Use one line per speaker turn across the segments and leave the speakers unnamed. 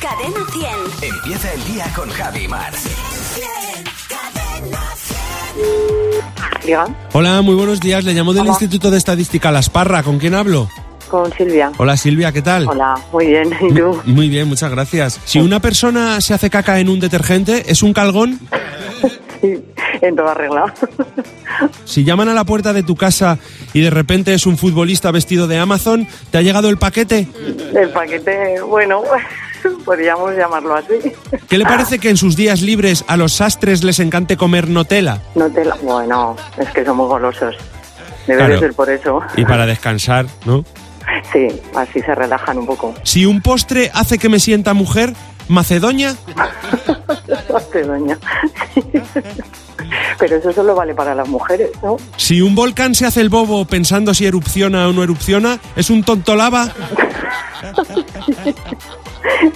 Cadena 100.
Empieza el día con Javi Mar.
Diga,
Hola, muy buenos días. Le llamo del Instituto de Estadística Las Parra. ¿Con quién hablo?
con Silvia.
Hola, Silvia, ¿qué tal?
Hola, muy bien. ¿Y tú?
Muy bien, muchas gracias. Si una persona se hace caca en un detergente, ¿es un calgón?
Sí, en toda regla.
Si llaman a la puerta de tu casa y de repente es un futbolista vestido de Amazon, ¿te ha llegado el paquete?
El paquete, bueno, podríamos llamarlo así.
¿Qué le parece que en sus días libres a los sastres les encante comer Nutella?
No te la- Bueno, es que somos golosos. Debe
Claro.
de ser por eso.
Y para descansar, ¿no?
Sí, así se relajan un poco.
Si un postre hace que me sienta mujer, Macedonia,
Te doña. Pero eso solo vale para las mujeres, ¿no?
si un volcán se hace el bobo pensando si erupciona o no erupciona, ¿es un tontolaba?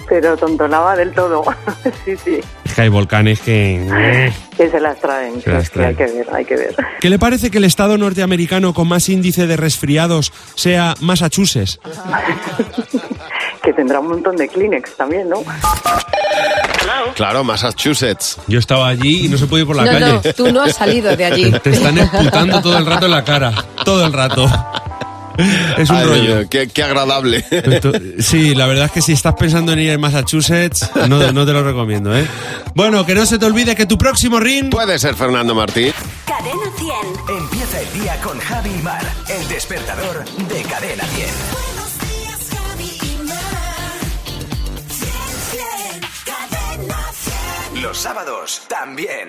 Pero tontolaba del todo. Sí, sí.
Es que hay volcanes que...
Que se las traen.
Se las
Es que Hay que
traen.
ver, hay que ver.
¿Qué le parece que el estado norteamericano con más índice de resfriados sea Massachusetts?
Que tendrá un montón de Kleenex también, ¿no?
Claro, Massachusetts.
Yo estaba allí y no se puede ir por la
no,
calle.
no, tú no has salido de allí.
Te están esputando todo el rato en la cara. Todo el rato. Es un
Ay, Dios
rollo.
mío, Qué, qué agradable.
Ento- Sí, la verdad es que si estás pensando en ir a Massachusetts, no, no te lo recomiendo, ¿eh? Bueno, que no se te olvide que tu próximo ring...
Puede ser Fernando Martín.
Cadena 100.
Empieza el día con Javi Mar. El despertador de Cadena 10.
Buenos días, Javi y Mar. Bien, bien, cadena 100.
Los sábados también.